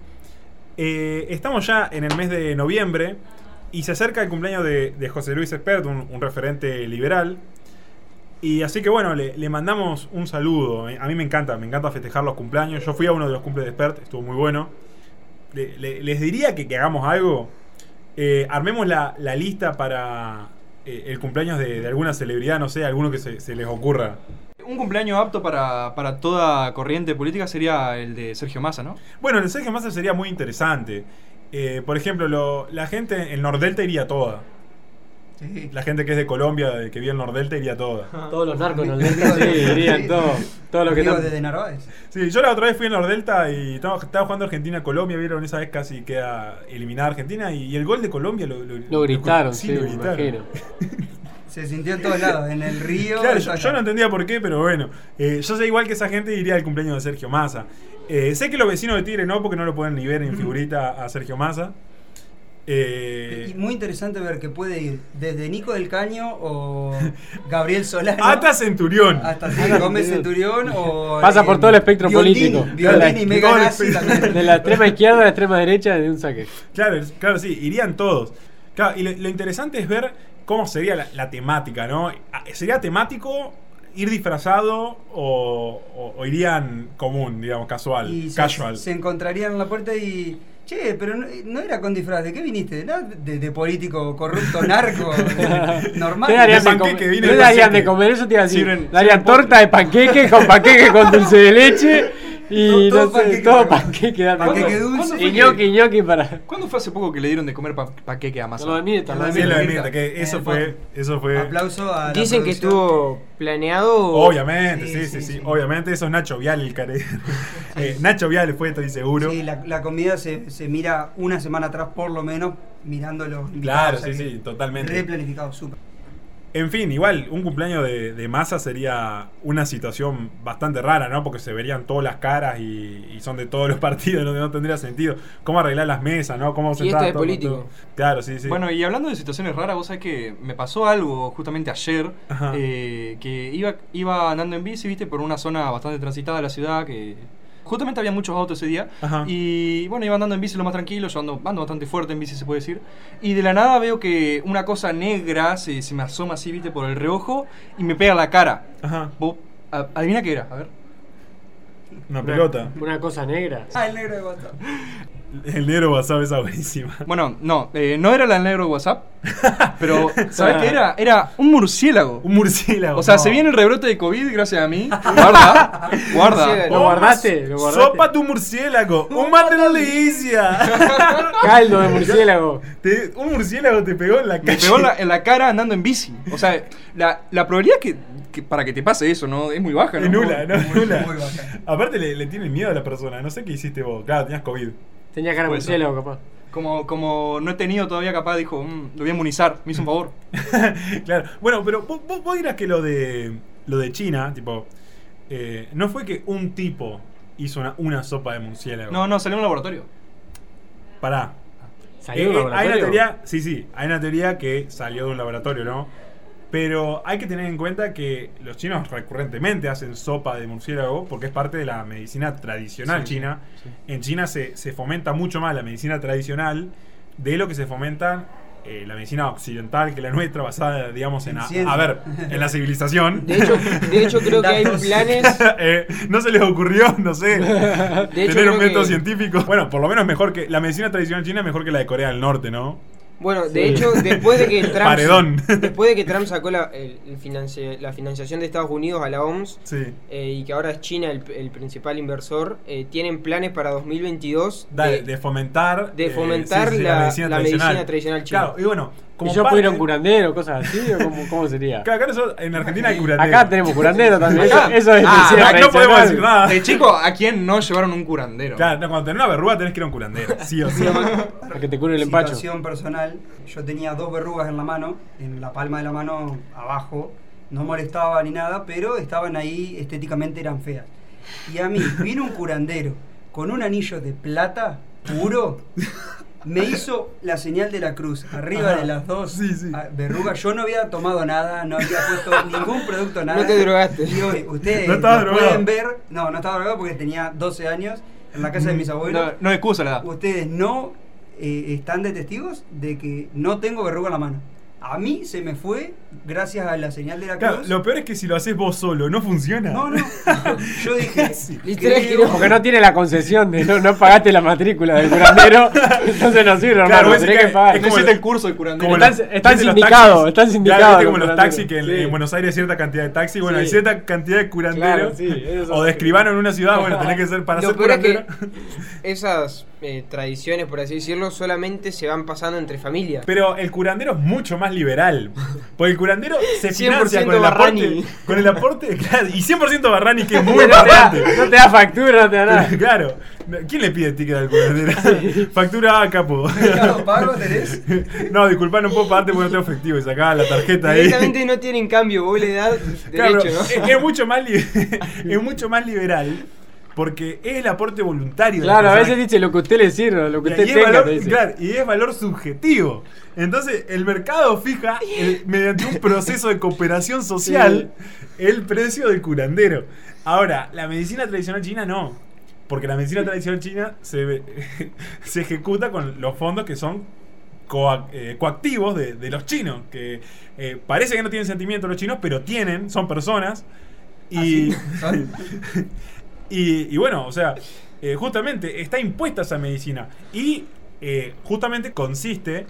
Speaker 2: Eh, estamos ya en el mes de noviembre y se acerca el cumpleaños de, de José Luis Espert, un, un referente liberal. Y así que bueno, le, le mandamos un saludo. A mí me encanta, me encanta festejar los cumpleaños. Yo fui a uno de los cumples de Expert, estuvo muy bueno. Le- le- les diría que, que hagamos algo. Eh, armemos la, la lista para eh, el cumpleaños de, de alguna celebridad, no sé, alguno que se, se les ocurra.
Speaker 6: Un cumpleaños apto para, para toda corriente política sería el de Sergio Massa, ¿no?
Speaker 2: Bueno, el Sergio Massa sería muy interesante. Eh, por ejemplo, lo- la gente, el Nordelta iría toda.
Speaker 3: Sí.
Speaker 2: La gente que es de Colombia, de que vive el Nordelta, iría toda.
Speaker 4: Todos los narcos en el
Speaker 3: Digo,
Speaker 4: Delta, sí,
Speaker 3: de-
Speaker 4: dirían todo. Todo lo que
Speaker 3: Digo,
Speaker 4: están-
Speaker 3: desde Narváez.
Speaker 2: Sí, yo la otra vez fui en la Delta y estaba, estaba jugando Argentina-Colombia, vieron esa vez casi queda eliminada Argentina y, y el gol de Colombia lo, lo-
Speaker 4: Lo gritaron, sí,
Speaker 2: lo
Speaker 4: me
Speaker 2: gritaron.
Speaker 4: imagino.
Speaker 3: Se sintió en todos lados, en el río.
Speaker 2: Claro,
Speaker 3: en
Speaker 2: yo,
Speaker 3: todas
Speaker 2: yo no
Speaker 3: las-
Speaker 2: entendía por qué, pero bueno. Eh, yo sé igual que esa gente iría al cumpleaños de Sergio Massa. Eh, sé que los vecinos de Tigre no, porque no lo pueden ni ver en figurita a Sergio Massa. Eh,
Speaker 3: Y muy interesante ver que puede ir desde Nico del Caño o Gabriel Solano.
Speaker 2: Ata Centurión.
Speaker 3: hasta sí, Gómez Centurión o.
Speaker 4: Ah,
Speaker 3: eh,
Speaker 4: Pasa por todo el espectro
Speaker 3: Violín,
Speaker 4: político.
Speaker 3: Violín y
Speaker 4: Todo
Speaker 3: Mega
Speaker 2: el
Speaker 3: Nazi
Speaker 2: espectro.
Speaker 3: también.
Speaker 4: De la extrema izquierda a la extrema derecha de un saque.
Speaker 2: Claro, es- claro, sí, irían todos. Claro, y lo, lo interesante es ver cómo sería la, la temática, ¿no? Ah, ¿Sería temático ir disfrazado o, o- o irían común, digamos, casual?
Speaker 3: Y se-
Speaker 2: casual.
Speaker 3: Se, encontrarían en la puerta y. Che, pero no, no era con disfraz, ¿de qué viniste? ¿No? De, de político corrupto, narco, de- normal.
Speaker 4: ¿Qué darían
Speaker 2: de
Speaker 4: de,
Speaker 2: panqueque,
Speaker 4: comer?
Speaker 2: vino
Speaker 4: ¿Qué
Speaker 2: de
Speaker 4: darían
Speaker 2: paquete.
Speaker 4: de comer? Eso te iba a decir.
Speaker 6: Sirven-
Speaker 4: darían
Speaker 6: sirven postre.
Speaker 4: torta de panqueque con panqueque con dulce de leche. Y
Speaker 3: Todo-
Speaker 4: no
Speaker 3: todo
Speaker 4: sé,
Speaker 3: panqueque,
Speaker 4: todo
Speaker 3: pero-
Speaker 4: panqueque. da
Speaker 3: Panqueque
Speaker 4: mejor.
Speaker 3: dulce.
Speaker 6: ¿Cuándo fue
Speaker 4: Y
Speaker 6: que-
Speaker 4: ñoqui, ñoqui para.
Speaker 6: ¿Cuándo fue hace poco que le dieron de comer pa- paqueque a Massa?
Speaker 4: Lo de Mirta, lo de
Speaker 2: Sí,
Speaker 4: Mirta.
Speaker 2: lo de
Speaker 3: Mirta.
Speaker 2: Mirta, que eso
Speaker 3: Eh,
Speaker 2: fue. Eso fue.
Speaker 3: Aplauso a. la
Speaker 7: Dicen que
Speaker 3: producción.
Speaker 7: estuvo planeado.
Speaker 2: Obviamente, sí sí, sí,
Speaker 3: Sí, sí, sí.
Speaker 2: Obviamente, eso es Nacho Vial, el care- Eh, Nacho Vial fue, estoy seguro.
Speaker 3: Sí, la, la comida se, se mira una semana atrás por lo menos, mirando los
Speaker 2: claro,
Speaker 3: invitados,
Speaker 2: sí,
Speaker 3: o sea que
Speaker 2: sí, totalmente.
Speaker 3: Replanificado, súper.
Speaker 2: En fin, igual, un cumpleaños de, de masa sería una situación bastante rara, ¿no? Porque se verían todas las caras y, y son de todos los partidos, no, no tendría sentido. ¿Cómo arreglar las mesas, no? ¿Cómo sentar
Speaker 7: Fiesta de
Speaker 2: todo con
Speaker 7: político.
Speaker 2: todo? Claro, sí, sí.
Speaker 6: Bueno, y hablando de situaciones raras, vos sabés que me pasó algo justamente ayer,
Speaker 2: Ajá.
Speaker 6: eh, que iba, iba andando en bici, viste, por una zona bastante transitada de la ciudad, que justamente había muchos autos ese día,
Speaker 2: Ajá.
Speaker 6: y bueno, iba andando en bici lo más tranquilo, yo ando, ando bastante fuerte en bici, se puede decir, y de la nada veo que una cosa negra se, se me asoma así, viste, por el reojo, y me pega en la cara.
Speaker 2: Ajá,
Speaker 6: Vos, a- adivina qué era, a ver.
Speaker 2: una pelota.
Speaker 4: Una cosa negra.
Speaker 3: Ah, el negro de WhatsApp.
Speaker 2: El negro WhatsApp esa buenísima.
Speaker 6: Bueno, no, eh, no era la del negro de WhatsApp, pero ¿sabés qué era? Era un murciélago.
Speaker 2: Un murciélago.
Speaker 6: O sea,
Speaker 2: No.
Speaker 6: se viene el rebrote de COVID gracias a mí. Guarda, guarda.
Speaker 7: Murciélago.
Speaker 4: ¿Lo guardaste? ¿Lo guardaste?
Speaker 2: Oh, Sopa tu murciélago. Un mate de delicia.
Speaker 4: Caldo de murciélago.
Speaker 2: Te- un murciélago te pegó en la calle.
Speaker 6: Me pegó en la, en la cara andando en bici. O sea, la, la probabilidad que, que- para que te pase eso, ¿no? Es muy baja, ¿no?
Speaker 2: Es nula, no,
Speaker 3: Muy-
Speaker 2: nula.
Speaker 3: muy baja.
Speaker 2: Aparte le, le tienen miedo a la persona. No sé qué hiciste vos. Claro, tenías COVID.
Speaker 4: Tenía cara de
Speaker 6: Puede ser.
Speaker 4: murciélago, capaz.
Speaker 6: Como, como no he tenido todavía capaz, dijo, "Mm, lo voy a inmunizar, me hizo un favor.
Speaker 2: Claro. Bueno, pero vos, vos- vos dirás que lo de lo de China, tipo, eh, no fue que un tipo hizo una, una sopa de murciélago.
Speaker 6: No, no, salió en un laboratorio.
Speaker 2: Pará.
Speaker 4: ¿Salió
Speaker 2: Eh,
Speaker 4: del
Speaker 2: eh, hay una
Speaker 4: laboratorio?
Speaker 2: teoría, sí, sí, hay una teoría que salió de un laboratorio, ¿no? Pero hay que tener en cuenta que los chinos recurrentemente hacen sopa de murciélago porque es parte de la medicina tradicional
Speaker 6: Sí,
Speaker 2: china.
Speaker 6: sí.
Speaker 2: En China se, se fomenta mucho más la medicina tradicional de lo que se fomenta eh, la medicina occidental, que la nuestra basada, digamos, en,
Speaker 3: En
Speaker 2: a,
Speaker 3: ciencia.
Speaker 2: a ver, en la civilización.
Speaker 7: De hecho, de hecho creo que hay
Speaker 3: Datos.
Speaker 7: planes.
Speaker 2: Eh, no se les ocurrió, no sé,
Speaker 7: hecho,
Speaker 2: tener un
Speaker 7: creo
Speaker 2: método
Speaker 7: que-
Speaker 2: científico. Bueno, por lo menos mejor que la medicina tradicional china es mejor que la de Corea del Norte, ¿no?
Speaker 7: Bueno, de hecho, después de que Trump.
Speaker 2: Paredón.
Speaker 7: Después de que Trump sacó la, el- el financi- la financiación de Estados Unidos a la OMS
Speaker 2: Sí.
Speaker 7: eh, y que ahora es China el, el principal inversor, eh, tienen planes para 2022
Speaker 2: Dale, de,
Speaker 7: de-
Speaker 2: fomentar,
Speaker 7: de
Speaker 2: eh,
Speaker 7: fomentar la- la medicina tradicional china.
Speaker 2: Claro, y bueno, como
Speaker 4: ¿Y yo
Speaker 2: parte-
Speaker 4: pudiera un curandero, cosas así? ¿O cómo, cómo sería?
Speaker 2: Claro, acá nosotros- en Argentina hay curandero.
Speaker 4: Acá tenemos curandero también. Eso,
Speaker 6: Acá.
Speaker 4: eso es
Speaker 6: Ah,
Speaker 4: medicina
Speaker 2: acá no podemos
Speaker 4: tradicional.
Speaker 2: decir nada.
Speaker 6: De chico, ¿a quién no llevaron un curandero?
Speaker 2: Ah. Claro, no, cuando tenés una verruga tenés que ir a un curandero, sí o sí.
Speaker 4: A que te cure el empacho.
Speaker 3: Situación personal. Yo tenía dos verrugas en la mano, en la palma de la mano abajo. No molestaba ni nada, pero estaban ahí, estéticamente eran feas. Y a mí vino un curandero con un anillo de plata puro. Me hizo la señal de la cruz arriba
Speaker 2: Ajá.
Speaker 3: de las dos
Speaker 2: Sí, sí.
Speaker 3: ah, verrugas. Yo no había tomado nada, no había puesto ningún producto, nada.
Speaker 7: No te drogaste.
Speaker 3: Y hoy, ustedes
Speaker 2: No estabas
Speaker 3: lo
Speaker 2: drogado.
Speaker 3: pueden ver. No, no estaba drogado porque tenía 12 años en la casa de
Speaker 2: Mm,
Speaker 3: mis abuelos.
Speaker 6: No, no excusa la edad.
Speaker 3: Ustedes no eh, están de testigos de que no tengo verruga en la mano. A mí se me fue gracias a la señal de la
Speaker 2: Claro,
Speaker 3: cruz.
Speaker 2: lo peor es que si lo haces vos solo, no funciona.
Speaker 3: No, no. Yo dije,
Speaker 7: Literal que no.
Speaker 4: Porque no tiene la concesión de no, no pagaste la matrícula del curandero, entonces no sirve,
Speaker 2: Claro,
Speaker 4: hermano,
Speaker 2: vos decís
Speaker 4: tenés que
Speaker 2: que-
Speaker 4: pagar.
Speaker 2: es
Speaker 6: No
Speaker 2: como
Speaker 6: hiciste
Speaker 2: lo-
Speaker 6: el curso de curandero.
Speaker 2: Como
Speaker 4: Están-
Speaker 2: los-
Speaker 4: están
Speaker 2: ¿viste los
Speaker 4: sindicados,
Speaker 2: taxis?
Speaker 4: están sindicados
Speaker 2: Claro, viste
Speaker 4: los
Speaker 2: como los
Speaker 4: curanderos.
Speaker 2: taxis que en,
Speaker 4: Sí.
Speaker 2: en Buenos Aires hay cierta cantidad de taxis, bueno,
Speaker 4: Sí.
Speaker 2: hay cierta cantidad de curanderos.
Speaker 4: Claro, sí, esos
Speaker 2: o
Speaker 4: son-
Speaker 2: de escribano en una ciudad, bueno, tenés que ser para
Speaker 7: Lo
Speaker 2: ser
Speaker 7: peor es
Speaker 2: curandero.
Speaker 7: que esas eh, tradiciones, por así decirlo, solamente se van pasando entre familias.
Speaker 2: Pero el curandero es mucho más liberal. Porque el curandero se financia
Speaker 7: 100%
Speaker 2: con el aporte.
Speaker 7: Barrani.
Speaker 2: Con el aporte, claro, y 100% Barrani, que es muy
Speaker 4: No te, da,
Speaker 2: importante.
Speaker 4: no te da factura, no te da nada.
Speaker 2: Claro, ¿quién le pide ticket al curandero? Factura A, capo.
Speaker 3: "Mercado pago tenés.
Speaker 2: No, disculpa, no puedo pagarte porque no tengo efectivo y sacaba la tarjeta ahí.
Speaker 7: Directamente no tienen cambio, vos le das
Speaker 2: Claro,
Speaker 7: derecho,
Speaker 2: es,
Speaker 7: ¿no?
Speaker 2: es mucho más li- es mucho más liberal porque es el aporte voluntario. de la
Speaker 4: Claro, a
Speaker 2: persona.
Speaker 4: veces dice lo que a usted le sirve, lo que
Speaker 2: Y-
Speaker 4: usted
Speaker 2: y es
Speaker 4: tenga,
Speaker 2: valor-
Speaker 4: te dice.
Speaker 2: claro, y es valor subjetivo. Entonces, el mercado fija, el- mediante un proceso de cooperación social, el precio del curandero. Ahora, la medicina tradicional china no. Porque la medicina tradicional china se, ve- se ejecuta con los fondos que son coa- eh, coactivos de, de los chinos. Que eh, parece que no tienen sentimientos los chinos, pero tienen, son personas. Y, y, y bueno, o sea, eh, justamente está impuesta esa medicina. Y eh, justamente consiste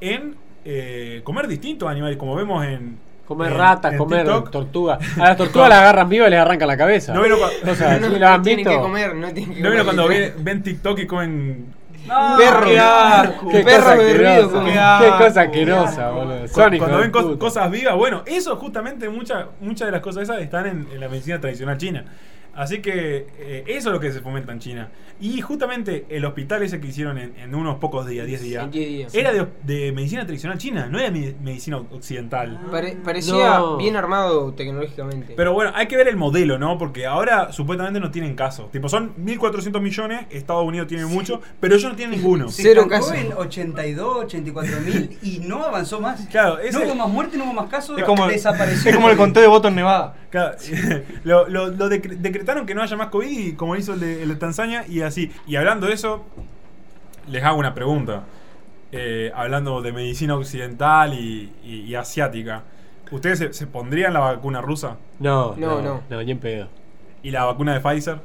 Speaker 2: en eh, comer distintos animales, como vemos en.
Speaker 4: Comer
Speaker 2: en-
Speaker 4: ratas,
Speaker 2: en
Speaker 4: comer
Speaker 2: TikTok.
Speaker 4: tortugas. A las tortugas las agarran vivas y les arrancan la cabeza.
Speaker 2: ¿No vieron, cua-
Speaker 4: O sea,
Speaker 7: No,
Speaker 4: ¿sí
Speaker 7: no
Speaker 4: lo han
Speaker 7: tienen
Speaker 4: visto?
Speaker 7: que comer, no tienen que
Speaker 2: ¿no vieron
Speaker 7: comer.
Speaker 2: cuando ven, ven TikTok y comen.
Speaker 3: No,
Speaker 7: Perro.
Speaker 6: ¡Qué asco!
Speaker 4: Qué
Speaker 7: Perro
Speaker 4: cosa
Speaker 7: berrido,
Speaker 4: asquerosa.
Speaker 7: como-
Speaker 4: Qué
Speaker 6: Qué asco.
Speaker 4: cosa asquerosa, boludo.
Speaker 2: cu-
Speaker 4: Sonic,
Speaker 2: cuando
Speaker 4: hijo
Speaker 2: ven
Speaker 4: de
Speaker 2: cos-
Speaker 4: puta.
Speaker 2: cosas vivas, bueno, eso justamente muchas muchas de las cosas esas están en, en la medicina tradicional china. Así que eh, eso es lo que se fomenta en China. Y justamente el hospital ese que hicieron en, en unos pocos días, 10 días,
Speaker 7: En 10 días.
Speaker 2: era de, de medicina tradicional china, no era mi- medicina occidental.
Speaker 7: Pare- parecía
Speaker 4: No.
Speaker 7: bien armado tecnológicamente.
Speaker 2: Pero bueno, hay que ver el modelo, ¿no? Porque ahora supuestamente no tienen casos. Tipo, son 1.400 millones, Estados Unidos tiene mucho, pero ellos no tienen ninguno.
Speaker 3: Se
Speaker 7: Cero
Speaker 3: estancó
Speaker 7: casos.
Speaker 3: en 82, 84 mil y no avanzó más.
Speaker 2: Claro, ese-
Speaker 3: No hubo más muerte, no hubo más casos.
Speaker 6: Es como,
Speaker 3: desapareció.
Speaker 6: es como el conteo de votos en Nevada.
Speaker 2: Claro, lo, lo- lo decre- decretaron que no haya más COVID y como hizo el de, el de Tanzania y así. Y hablando de eso, les hago una pregunta. Eh, hablando de medicina occidental y, y- y asiática. ¿Ustedes se, se pondrían la vacuna rusa
Speaker 4: No,
Speaker 7: No,
Speaker 4: no,
Speaker 7: no.
Speaker 4: no. No, ni en pedo.
Speaker 2: y la vacuna de Pfizer?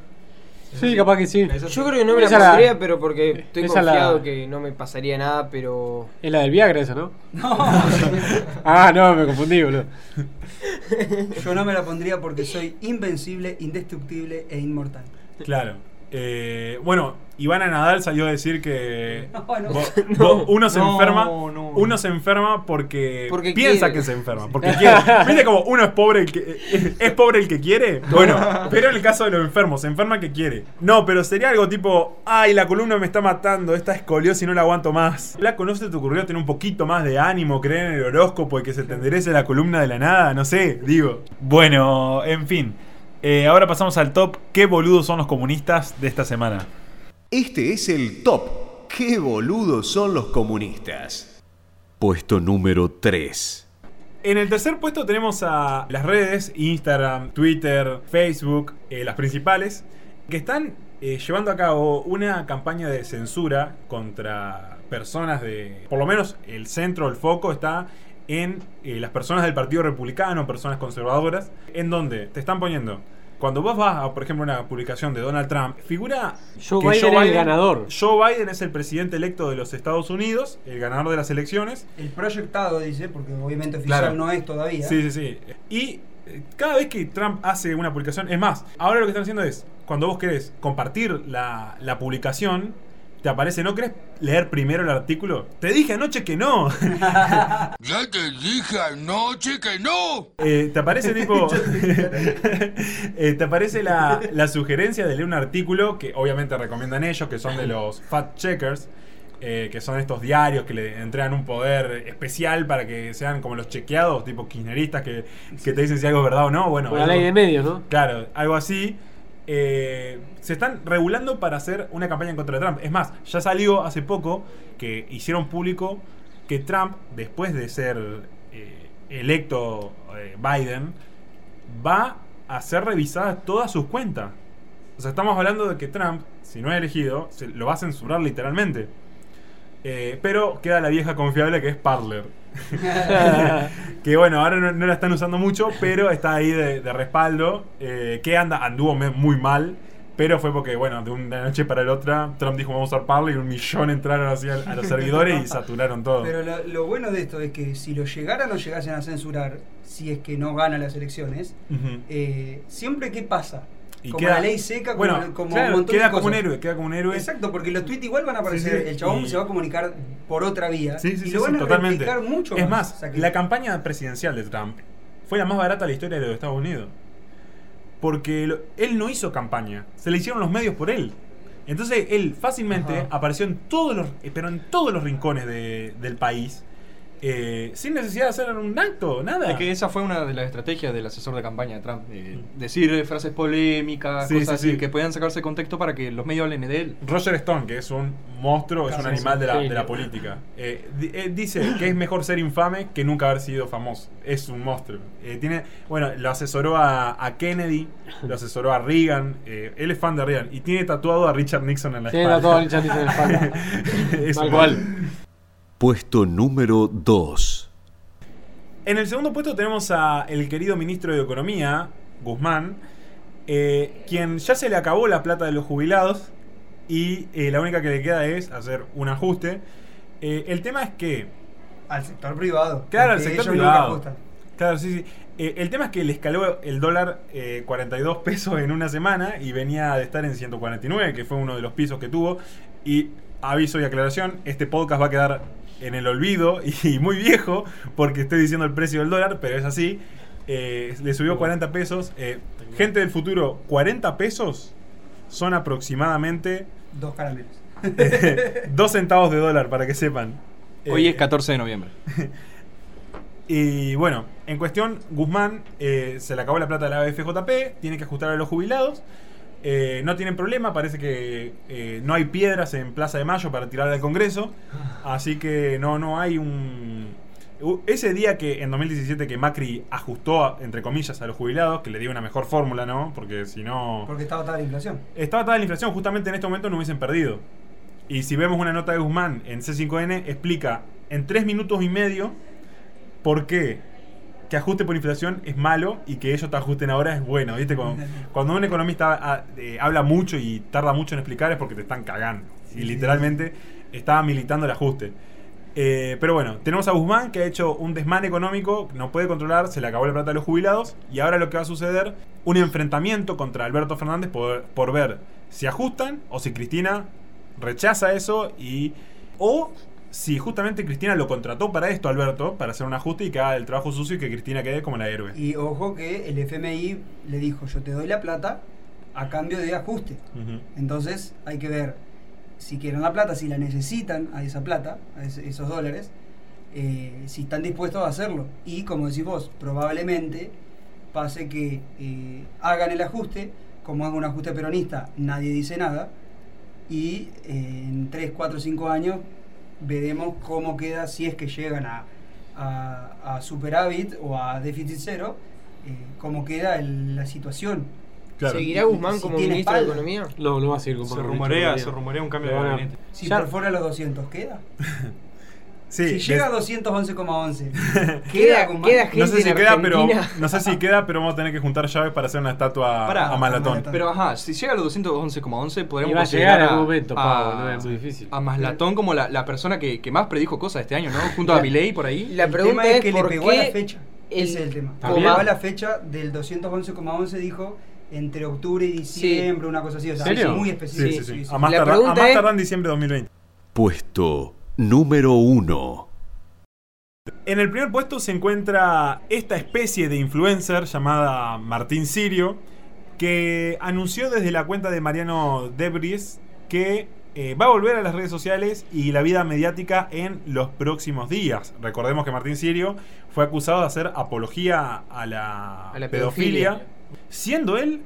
Speaker 4: Sí, capaz que sí.
Speaker 7: Yo creo que no me la
Speaker 4: Esa la-
Speaker 7: pondría, pero porque estoy
Speaker 4: esa la-
Speaker 7: confiado que no me pasaría nada, pero.
Speaker 4: Es la del Viagra eso, ¿no? No. ah, no, me confundí, boludo.
Speaker 3: Yo no me la pondría porque soy invencible, indestructible e inmortal.
Speaker 2: Claro. Eh, bueno, Ivana Nadal salió a decir que
Speaker 3: No, no.
Speaker 2: vos- vos- uno se
Speaker 6: No,
Speaker 2: enferma,
Speaker 6: no.
Speaker 2: uno se enferma porque,
Speaker 7: Porque
Speaker 2: piensa
Speaker 7: quiere.
Speaker 2: que se enferma, porque quiere. Viste como uno es pobre el que eh, es pobre el que quiere. Bueno, pero en el caso de los enfermos, se enferma que quiere. No, pero sería algo tipo, ay, la columna me está matando, esta escoliosis no la aguanto más. Flaco, ¿no se te ocurrió tener un poquito más de ánimo, creer en el horóscopo y que se te enderece la columna de la nada? No sé, digo. Bueno, en fin. Eh, ahora pasamos al top. ¿Qué boludos son los comunistas de esta semana?
Speaker 1: Este es el top. ¡Qué boludos son los comunistas! Puesto número 3.
Speaker 2: En el tercer puesto tenemos a las redes, Instagram, Twitter, Facebook, eh, las principales, que están eh, llevando a cabo una campaña de censura contra personas de, por lo menos el centro, el foco está en eh, las personas del Partido Republicano, personas conservadoras, en donde te están poniendo... Cuando vos vas a, por ejemplo, una publicación de Donald Trump, figura
Speaker 4: Joe
Speaker 2: que
Speaker 4: Biden es el ganador.
Speaker 2: Joe Biden es el presidente electo de los Estados Unidos, el ganador de las elecciones,
Speaker 3: El proyectado dice, porque obviamente oficial
Speaker 2: Claro.
Speaker 3: no es todavía.
Speaker 2: Sí, sí, sí. Y eh, cada vez que Trump hace una publicación, es más, ahora lo que están haciendo es, cuando vos querés compartir la, la publicación, te aparece, ¿no querés leer primero el artículo? Te dije anoche que no.
Speaker 8: Ya te dije anoche que no.
Speaker 2: Eh, te aparece tipo... eh, te aparece la, la sugerencia de leer un artículo que obviamente recomiendan ellos, que son de los fact checkers. eh, que son estos diarios que le entregan un poder especial para que sean como los chequeados, tipo kirchneristas, que, que te dicen si algo es verdad o no. Bueno,
Speaker 4: Por la
Speaker 2: ellos-
Speaker 4: ley de medios, ¿no?
Speaker 2: Claro, algo así. Eh, se están regulando para hacer una campaña en contra de Trump. Es más, ya salió hace poco que hicieron público que Trump, después de ser eh, electo eh, Biden, va a ser revisadas todas sus cuentas. O sea, estamos hablando de que Trump, si no es elegido, se lo va a censurar literalmente. Eh, pero queda la vieja confiable que es Parler. que bueno, ahora no, no la están usando mucho, pero está ahí de, de respaldo. eh, que anda, anduvo me- muy mal. Pero fue porque, bueno, de una noche para la otra, Trump dijo vamos a usar Parler y un millón entraron así al- a, los servidores y saturaron todo.
Speaker 3: Pero lo, lo bueno de esto es que si lo llegaran o llegasen a censurar, si es que no gana las elecciones,
Speaker 2: Ujú.
Speaker 3: eh, siempre que pasa.
Speaker 2: Y
Speaker 3: como
Speaker 2: queda-
Speaker 3: la ley seca, como-
Speaker 2: bueno,
Speaker 3: como, un
Speaker 2: claro,
Speaker 3: montón de
Speaker 2: queda como un
Speaker 3: cosas.
Speaker 2: héroe, queda como un héroe.
Speaker 3: Exacto, porque los tweets igual van a aparecer.
Speaker 2: sí,
Speaker 3: el chabón
Speaker 2: y-
Speaker 3: se va a comunicar por otra vía.
Speaker 2: Sí, sí,
Speaker 3: y
Speaker 2: sí,
Speaker 3: lo
Speaker 2: sí,
Speaker 3: van a
Speaker 2: totalmente.
Speaker 3: replicar mucho
Speaker 2: es
Speaker 3: más.
Speaker 2: más,
Speaker 3: O sea que-
Speaker 2: la campaña presidencial de Trump fue la más barata de la historia de los Estados Unidos. Porque lo- él no hizo campaña, se le hicieron los medios por él. Entonces él fácilmente
Speaker 3: Ajá.
Speaker 2: apareció en todos los, eh, pero en todos los rincones de- del país, eh, sin necesidad de hacer un acto, nada.
Speaker 6: Es que esa fue una de las estrategias del asesor de campaña de Trump. de decir eh, frases polémicas,
Speaker 2: Sí,
Speaker 6: cosas
Speaker 2: sí, sí.
Speaker 6: así, que podían sacarse de contexto para que los medios hablen de él.
Speaker 2: Roger Stone, que es un monstruo, es un animal de la,
Speaker 4: sí.
Speaker 2: de la política. Eh, di- eh, dice que es mejor ser infame que nunca haber sido famoso. Es un monstruo. Eh, tiene, bueno, lo asesoró a, a Kennedy, lo asesoró a Reagan. eh, él es fan de Reagan y tiene tatuado a Richard Nixon en la
Speaker 4: Tiene
Speaker 2: espalda.
Speaker 4: tatuado a Richard Nixon en la espalda.
Speaker 2: Es
Speaker 4: Tal
Speaker 2: un-
Speaker 4: cual.
Speaker 1: Puesto número 2.
Speaker 2: En el segundo puesto tenemos a el querido ministro de Economía, Guzmán, eh, quien ya se le acabó la plata de los jubilados y eh, la única que le queda es hacer un ajuste. Eh, el tema es que
Speaker 3: al sector privado.
Speaker 2: Claro, al
Speaker 3: porque
Speaker 2: sector
Speaker 3: ellos nunca
Speaker 2: privado.
Speaker 3: ajustan.
Speaker 2: Claro, sí, sí. Eh, el tema es que le escaló el dólar eh, 42 pesos en una semana y venía de estar en 149, que fue uno de los pisos que tuvo. Y aviso y aclaración, este podcast va a quedar en el olvido y, muy viejo porque estoy diciendo el precio del dólar, pero es así. Eh, le subió 40 pesos. Eh, gente del futuro, 40 pesos son aproximadamente
Speaker 3: Dos caramelos.
Speaker 2: 2 centavos de dólar, para que sepan.
Speaker 6: Hoy
Speaker 2: Eh,
Speaker 6: es 14 de noviembre.
Speaker 2: y bueno, en cuestión, Guzmán eh, se le acabó la plata de la AFJP, tiene que ajustar a los jubilados. eh, no tienen problema, parece que eh, no hay piedras en Plaza de Mayo para tirar al Congreso. Así que no, no hay un. u- Ese día que en 2017 que Macri ajustó, a- entre comillas, a los jubilados, que le dio una mejor fórmula, ¿no? Porque si no.
Speaker 3: Porque estaba toda la inflación.
Speaker 2: Estaba toda la inflación, justamente en este momento no hubiesen perdido. Y si vemos una nota de Guzmán en C5N, explica en tres minutos y medio por qué que ajuste por inflación es malo y que ellos te ajusten ahora es bueno. ¿Viste? Cuando, cuando un economista ah, eh, habla mucho y tarda mucho en explicar es porque te están cagando. Y literalmente estaba militando el ajuste. Eh, pero bueno, tenemos a Guzmán que ha hecho un desmán económico, no puede controlar, se le acabó la plata a los jubilados y ahora lo que va a suceder, un enfrentamiento contra Alberto Fernández por, por ver se ajustan o si Cristina rechaza eso y o si justamente Cristina lo contrató para esto Alberto para hacer un ajuste y que haga el trabajo sucio y que Cristina quede como la héroe.
Speaker 3: Y ojo que el FMI le dijo, yo te doy la plata a cambio de ajuste.
Speaker 2: Ujú.
Speaker 3: Entonces hay que ver si quieren la plata, si la necesitan a esa plata, a es- esos dólares, eh, si están dispuestos a hacerlo. Y como decís vos, probablemente pase que eh, hagan el ajuste, como es un ajuste peronista, nadie dice nada, y eh, en 3, 4, 5 años veremos cómo queda si es que llegan a, a, a superávit o a déficit cero, eh, cómo queda el- la situación.
Speaker 2: Claro.
Speaker 7: ¿Seguirá Guzmán
Speaker 3: Si
Speaker 7: como
Speaker 3: tiene
Speaker 7: ministro de
Speaker 3: espalda.
Speaker 7: Economía?
Speaker 4: No, no va a seguir con
Speaker 6: Se
Speaker 4: Pablo Ministro
Speaker 6: rumorea,
Speaker 4: todavía.
Speaker 6: se rumorea un cambio de
Speaker 4: Le van a-
Speaker 6: gabinete.
Speaker 3: Si
Speaker 4: Ya-
Speaker 3: perfora los 200, ¿queda?
Speaker 2: Sí,
Speaker 3: si llega a
Speaker 2: des-
Speaker 3: 211,11,
Speaker 7: Queda-
Speaker 2: no
Speaker 3: queda,
Speaker 7: queda
Speaker 2: sé
Speaker 7: gente
Speaker 2: si
Speaker 7: en
Speaker 2: queda, pero
Speaker 7: Argentina.
Speaker 2: no sé si queda, pero vamos a tener que juntar llaves para hacer una estatua
Speaker 6: Pará,
Speaker 2: a Malatón.
Speaker 3: a
Speaker 6: Pero ajá, si llega a los 211,11 podríamos
Speaker 4: Y va a
Speaker 6: considerar
Speaker 4: llegar en algún momento, Pablo, no es muy difícil.
Speaker 6: A Maslatón como la, la persona que, que más predijo cosas este año, ¿no? Junto a Milei por ahí.
Speaker 7: La
Speaker 3: el
Speaker 7: pregunta
Speaker 3: tema es
Speaker 7: es
Speaker 3: que le
Speaker 7: por
Speaker 3: pegó a la
Speaker 7: qué
Speaker 3: fecha.
Speaker 7: el-
Speaker 3: Ese es el tema.
Speaker 4: ¿También?
Speaker 3: Pegó a la fecha del 211,11 dijo entre octubre y diciembre, una cosa así. O sea,
Speaker 4: ¿En serio?
Speaker 3: es muy
Speaker 2: Sí, sí,
Speaker 3: específico.
Speaker 2: Ah, sí.
Speaker 3: sí, sí.
Speaker 2: A más,
Speaker 7: La
Speaker 2: tardar, a
Speaker 7: pregunta
Speaker 2: más
Speaker 7: es-
Speaker 2: tardar en diciembre de 2020.
Speaker 1: Puesto número 1.
Speaker 2: En el primer puesto se encuentra esta especie de influencer llamada Martín Sirio, que anunció desde la cuenta de Mariano Debris que eh, va a volver a las redes sociales y la vida mediática en los próximos días. Recordemos que Martín Sirio fue acusado de hacer apología a la,
Speaker 7: A la
Speaker 2: pedofilia,
Speaker 7: pedofilia.
Speaker 2: siendo él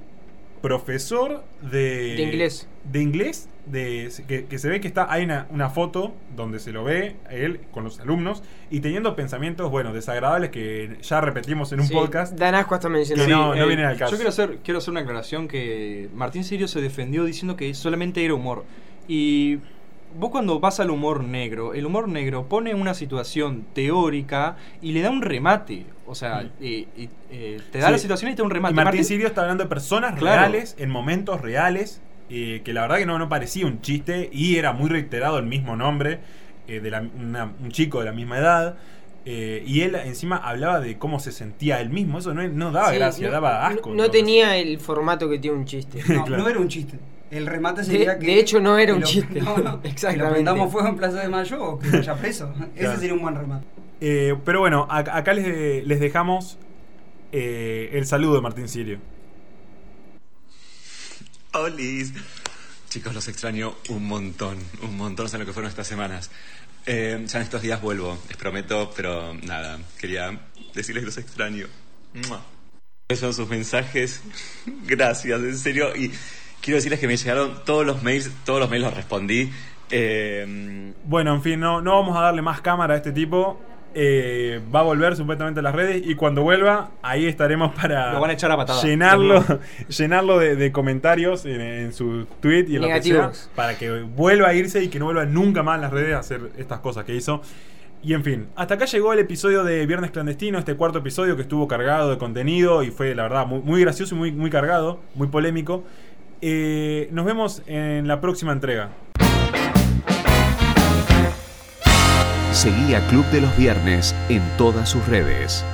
Speaker 2: profesor de,
Speaker 7: De inglés.
Speaker 2: De inglés, de, que, que se ve que está, hay una, una foto donde se lo ve a él con los alumnos y teniendo pensamientos, bueno, desagradables que ya repetimos en un
Speaker 7: Sí,
Speaker 2: podcast.
Speaker 7: Dan asco hasta mencionar.
Speaker 2: Que no, no vienen al caso.
Speaker 6: Yo quiero hacer, quiero hacer una aclaración que Martín Sirio se defendió diciendo que solamente era humor. Y vos cuando vas al humor negro, el humor negro pone una situación teórica y le da un remate. O sea, eh, eh, eh, te da
Speaker 2: Sí.
Speaker 6: la situación y te da un remate.
Speaker 2: Y Martín Sirio está hablando de personas
Speaker 6: Claro.
Speaker 2: reales, en momentos reales, eh, que la verdad que no, no parecía un chiste y era muy reiterado el mismo nombre eh, de la- una- un chico de la misma edad. eh, y él encima hablaba de cómo se sentía él mismo. Eso no, no daba
Speaker 7: Sí,
Speaker 2: gracia,
Speaker 7: no-
Speaker 2: daba asco.
Speaker 7: No,
Speaker 2: lo
Speaker 7: no
Speaker 2: que-
Speaker 7: tenía el formato que tiene un chiste.
Speaker 3: No,
Speaker 2: Claro.
Speaker 3: no era un chiste. El remate
Speaker 7: De,
Speaker 3: sería que.
Speaker 7: de hecho, no era
Speaker 3: que
Speaker 7: un
Speaker 3: lo-
Speaker 7: chiste.
Speaker 3: No, no, que Lo
Speaker 7: Exactamente.
Speaker 3: prendamos fuego en Plaza de Mayo o que vaya preso.
Speaker 2: Claro.
Speaker 3: Ese sería un buen remate.
Speaker 2: Eh, pero bueno, a- acá les, les dejamos eh, el saludo de Martín Sirio.
Speaker 9: Olis. Chicos, los extraño un montón, un montón, saben lo que fueron estas semanas. Eh, ya en estos días vuelvo, les prometo, pero nada, quería decirles que los extraño. ¡Mua! Son sus mensajes, gracias, en serio. Y quiero decirles que me llegaron todos los mails, todos los mails los respondí. Eh,
Speaker 2: Bueno, en fin, no, no vamos a darle más cámara a este tipo. Eh, va a volver supuestamente a las redes y cuando vuelva, ahí estaremos para
Speaker 6: Lo van a echar a patadas.
Speaker 2: llenarlo, llenarlo de, de comentarios en, en su tweet y en lo que
Speaker 7: Negativos.
Speaker 2: sea, para que vuelva a irse y que no vuelva nunca más a las redes a hacer estas cosas que hizo. Y en fin, hasta acá llegó el episodio de Viernes Clandestino, este cuarto episodio que estuvo cargado de contenido y fue, la verdad, muy, muy gracioso y muy, muy cargado, muy polémico. Eh, nos vemos en la próxima entrega.
Speaker 1: Seguí a Club de los Viernes en todas sus redes.